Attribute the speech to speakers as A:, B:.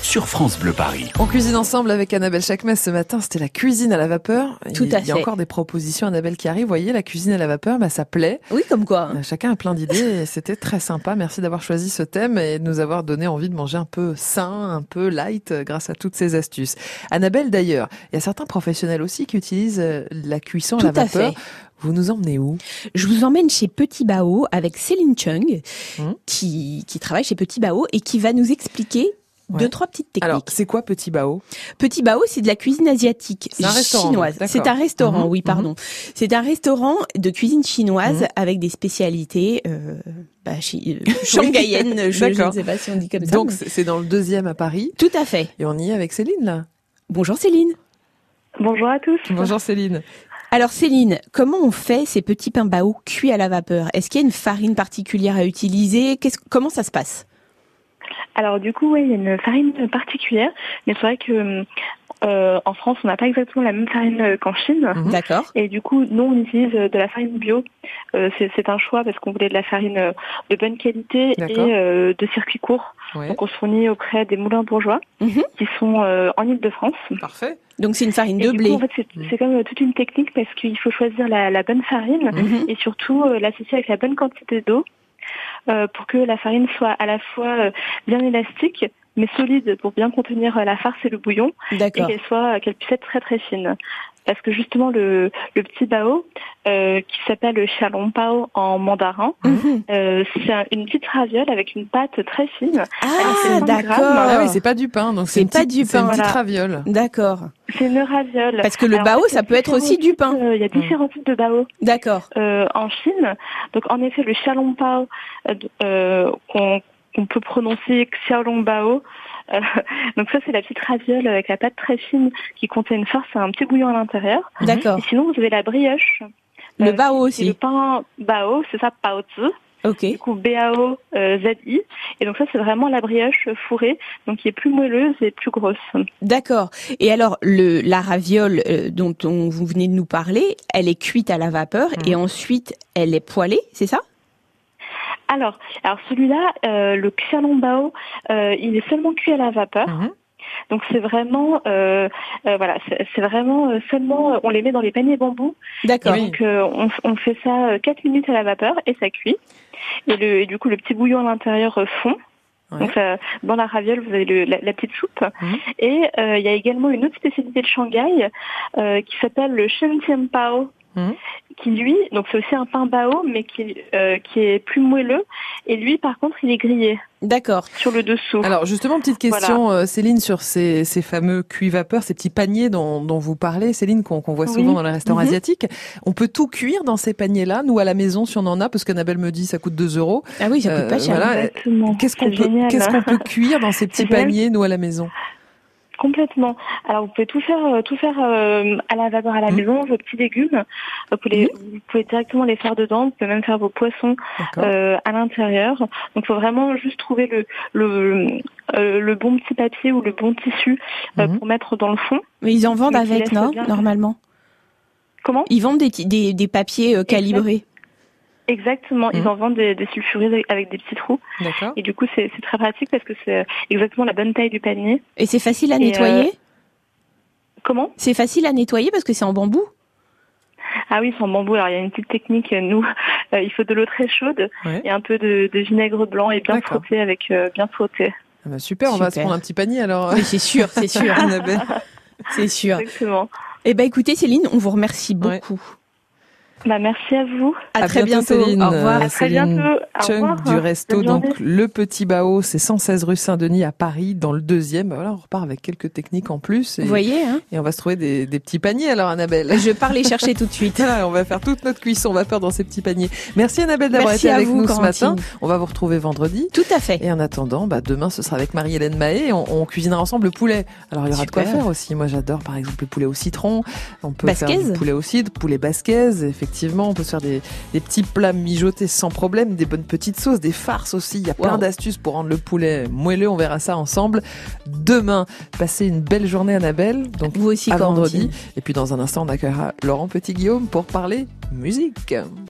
A: sur France Bleu Paris.
B: On cuisine ensemble avec Annabelle Chakmes ce matin. C'était la cuisine à la vapeur.
C: Tout
B: il,
C: à
B: Il y a
C: fait.
B: encore des propositions, Annabelle, qui arrivent. Vous voyez, la cuisine à la vapeur, bah, ça plaît.
C: Oui, comme quoi. hein.
B: Euh, Chacun a plein d'idées et c'était très sympa. Merci d'avoir choisi ce thème et de nous avoir donné envie de manger un peu sain, un peu light euh, grâce à toutes ces astuces. Annabelle, d'ailleurs, il y a certains professionnels aussi qui utilisent euh, la cuisson à
C: Tout
B: la
C: à
B: vapeur. Vous nous emmenez où
C: Je vous emmène chez Petit Bao avec Céline Chung,
B: Hum.
C: qui, qui travaille chez Petit Bao et qui va nous expliquer
B: Ouais.
C: deux, trois petites techniques.
B: Alors, c'est quoi Petit Bao
C: Petit Bao, c'est de la cuisine asiatique,
B: C'est un restaurant,
C: chinoise.
B: d'accord.
C: C'est un restaurant,
B: Mhm,
C: oui, pardon. C'est un restaurant de cuisine chinoise
B: Mmh.
C: avec des spécialités euh, bah, chi- euh, shanghaïennes, je, je ne
B: D'accord.
C: sais pas si on dit comme ça.
B: Donc, c'est c'est dans le deuxième à Paris
C: Tout à fait.
B: et on y est avec Céline là.
C: Bonjour Céline.
D: Bonjour à tous.
B: Bonjour Céline.
C: Alors Céline, comment on fait ces petits pains bao cuits à la vapeur Est-ce qu'il y a une farine particulière à utiliser Qu'est-ce- Comment ça se passe
D: Alors du coup, ouais, il y a une farine particulière, mais c'est vrai que euh, en France, on n'a pas exactement la même farine euh, qu'en Chine.
C: Mm.
B: Mhm.
C: D'accord.
D: Et du coup, nous, on utilise euh, de la farine bio. Euh, c'est c'est un choix parce qu'on voulait de la farine euh, de bonne qualité et
B: D'accord.
D: euh, de circuit court.
B: Ouais.
D: Donc on se fournit auprès des moulins bourgeois
C: Mhm.
D: qui sont euh, en Ile-de-France.
B: Parfait.
C: Donc c'est une farine
D: Et
C: de
D: du
C: blé. Mm.
D: coup, en fait, c'est
B: Mhm.
D: c'est comme euh, toute une technique parce qu'il faut choisir la, la bonne farine
C: Mhm.
D: et surtout euh, l'associer avec la bonne quantité d'eau euh, pour que la farine soit à la fois euh, bien élastique mais solide pour bien contenir euh, la farce et le bouillon et
C: D'accord.
D: qu'elle soit euh, qu'elle puisse être très très fine. Parce que justement le, le petit bao euh, qui s'appelle le chalon pao en mandarin,
C: Mhm.
D: euh, c'est un- une petite raviole avec une pâte très fine. Alors, c'est
C: Ah
D: 100 grammes. hein.
C: d'accord.
B: Ah oui, c'est pas du pain, donc
C: C'est
B: c'est une
C: pas
B: petite-
C: du
B: c'est une
C: pain.
B: petite
D: Voilà.
B: raviole.
C: D'accord.
D: C'est une raviole.
C: Parce que le
D: Alors, en
C: bao,
D: fait, il y a
C: ça peut être
D: différents
C: aussi du
D: types,
C: pain. Mm.
D: euh, Il y a différents types de bao.
C: D'accord.
D: euh, en Chine. Donc en effet, le Xiaolong Bao euh, d- euh, qu'on qu'on peut prononcer Xiaolong Bao. euh, donc ça, c'est la petite raviole avec la pâte très fine qui contient une farce et un petit bouillon à l'intérieur.
C: D'accord.
D: Et sinon, vous avez la brioche.
C: Oh. Le
D: Euh,
C: bao
D: Mhm. C'est le
C: aussi.
D: pain bao, c'est ça, paozi,
C: Ok.
D: du coup B-A-O-Z-I. euh, Et donc ça, c'est vraiment la brioche fourrée, donc qui est plus moelleuse et plus grosse.
C: D'accord. Et alors le la raviole euh, dont on vous venez de nous parler, elle est cuite à la vapeur
B: Mhm.
C: et ensuite elle est poêlée, c'est ça
D: Alors, alors celui-là, euh, le Xiaolong Bao, euh, il est seulement cuit à la vapeur.
B: Mhm.
D: Donc c'est vraiment, euh, euh, voilà, c'est c'est vraiment euh, seulement, euh, on les met dans les paniers bambou. Et
C: D'accord.
D: donc euh, on, on fait ça euh, 4 minutes à la vapeur et ça cuit. Et, le, et du coup le petit bouillon à l'intérieur euh, fond.
B: Ouais.
D: Donc ça- dans la raviole vous avez le- la, la petite soupe.
B: Mhm.
D: Et euh, il y a également une autre spécialité de Shanghai euh, qui s'appelle le Shen Tian Pao.
B: Mhm.
D: Qui lui, donc c'est aussi un pain bao, mais qui, euh, qui est plus moelleux. Et lui, par contre, il est grillé
C: D'accord.
D: sur le dessous.
B: Alors justement, petite question, euh, Céline, sur ces, ces fameux cuits vapeur, ces petits paniers dont, dont vous parlez, Céline, qu'on qu'on voit
D: Oui.
B: souvent dans les restaurants
C: Mhm.
B: asiatiques. On peut tout cuire dans ces paniers-là, nous à la maison si on en a, parce qu'Annabelle me dit ça coûte 2 euros.
C: Ah oui, ça coûte
B: Euh,
C: pas cher.
B: voilà.
D: Exactement.
B: Qu'est-ce qu'on
D: Oh, C'est
B: peut,
D: génial. hein.
B: qu'est-ce qu'on peut cuire dans ces petits
D: C'est génial.
B: paniers, nous à la maison
D: Complètement. Alors vous pouvez tout faire, euh, tout faire euh, à la vapeur à la
B: Mhm.
D: maison, vos petits légumes. Vous pouvez, les- vous pouvez directement les faire dedans. Vous pouvez même faire vos poissons
B: D'accord.
D: euh, à l'intérieur. Donc il faut vraiment juste trouver le le, euh, le bon petit papier ou le bon tissu euh,
B: Mhm.
D: pour mettre dans le fond.
C: hein. Mais ils en vendent
D: Mais tu
C: avec,
D: laisses
C: non
D: bien-
C: Normalement.
D: Comment
C: Ils vendent des, ti- des, des papiers euh, calibrés.
D: Exactement. Ils
B: Mhm.
D: en vendent des, des sulfurés avec des petits trous.
B: D'accord.
D: Et du coup c'est c'est très pratique parce que c'est euh, exactement la bonne taille du panier.
C: Et c'est facile à
D: Et, euh,
C: nettoyer
D: Comment
C: C'est facile à nettoyer parce que c'est en bambou.
D: Ah oui, sans bambou. Alors il y a une petite technique. euh, Nous, euh, il faut de l'eau très chaude
B: Ouais.
D: et un peu de, de vinaigre blanc et bien
B: D'accord.
D: frotter avec euh, bien frotter.
B: Ah bah super, on va se
C: Super.
B: prendre un petit panier alors.
C: Oui, c'est sûr, c'est sûr,
B: Annabelle.
C: c'est
B: Ah.
C: sûr.
D: Exactement.
C: Eh ben, écoutez, Céline, on vous remercie
B: Ouais.
C: beaucoup.
D: Bah merci à vous.
C: À,
B: À
C: très
B: bientôt,
C: bientôt.
B: Céline.
C: Au revoir.
B: Ah,
D: À très
B: Céline
D: bientôt. Au
B: Chung
D: revoir.
B: du resto,
D: Bonne
B: donc
D: journée.
B: le petit bao, c'est 116 rue Saint-Denis à Paris, dans le deuxième. Voilà, on repart avec quelques techniques en plus et,
C: Vous voyez, hein
B: et on va se trouver des, des petits paniers alors Annabelle.
C: Je pars les chercher tout de suite.
B: Voilà, on va faire toute notre cuisson vapeur dans ces petits paniers. Merci Annabelle d'avoir
C: Merci
B: été
C: à
B: avec
C: vous,
B: nous ce
C: Corentine.
B: matin. On va vous retrouver vendredi.
C: Tout à fait.
B: Et en attendant, bah, demain ce sera avec Marie-Hélène Mahé. On, on cuisinera ensemble le poulet. Alors il y aura de quoi
C: Super.
B: faire aussi. Moi j'adore par exemple le poulet au citron. On peut faire
C: Basquaise.
B: du poulet au cidre, poulet basquaise. Effectivement, on peut se faire des, des petits plats mijotés sans problème, des bonnes petites sauces, des farces aussi. Il y a plein
C: Wow.
B: d'astuces pour rendre le poulet moelleux. On verra ça ensemble demain. Passez une belle journée Annabelle. Donc
C: Vous aussi,
B: à
C: Corentine.
B: vendredi. Et puis dans un instant, on accueillera Laurent Petit-Guillaume pour parler musique.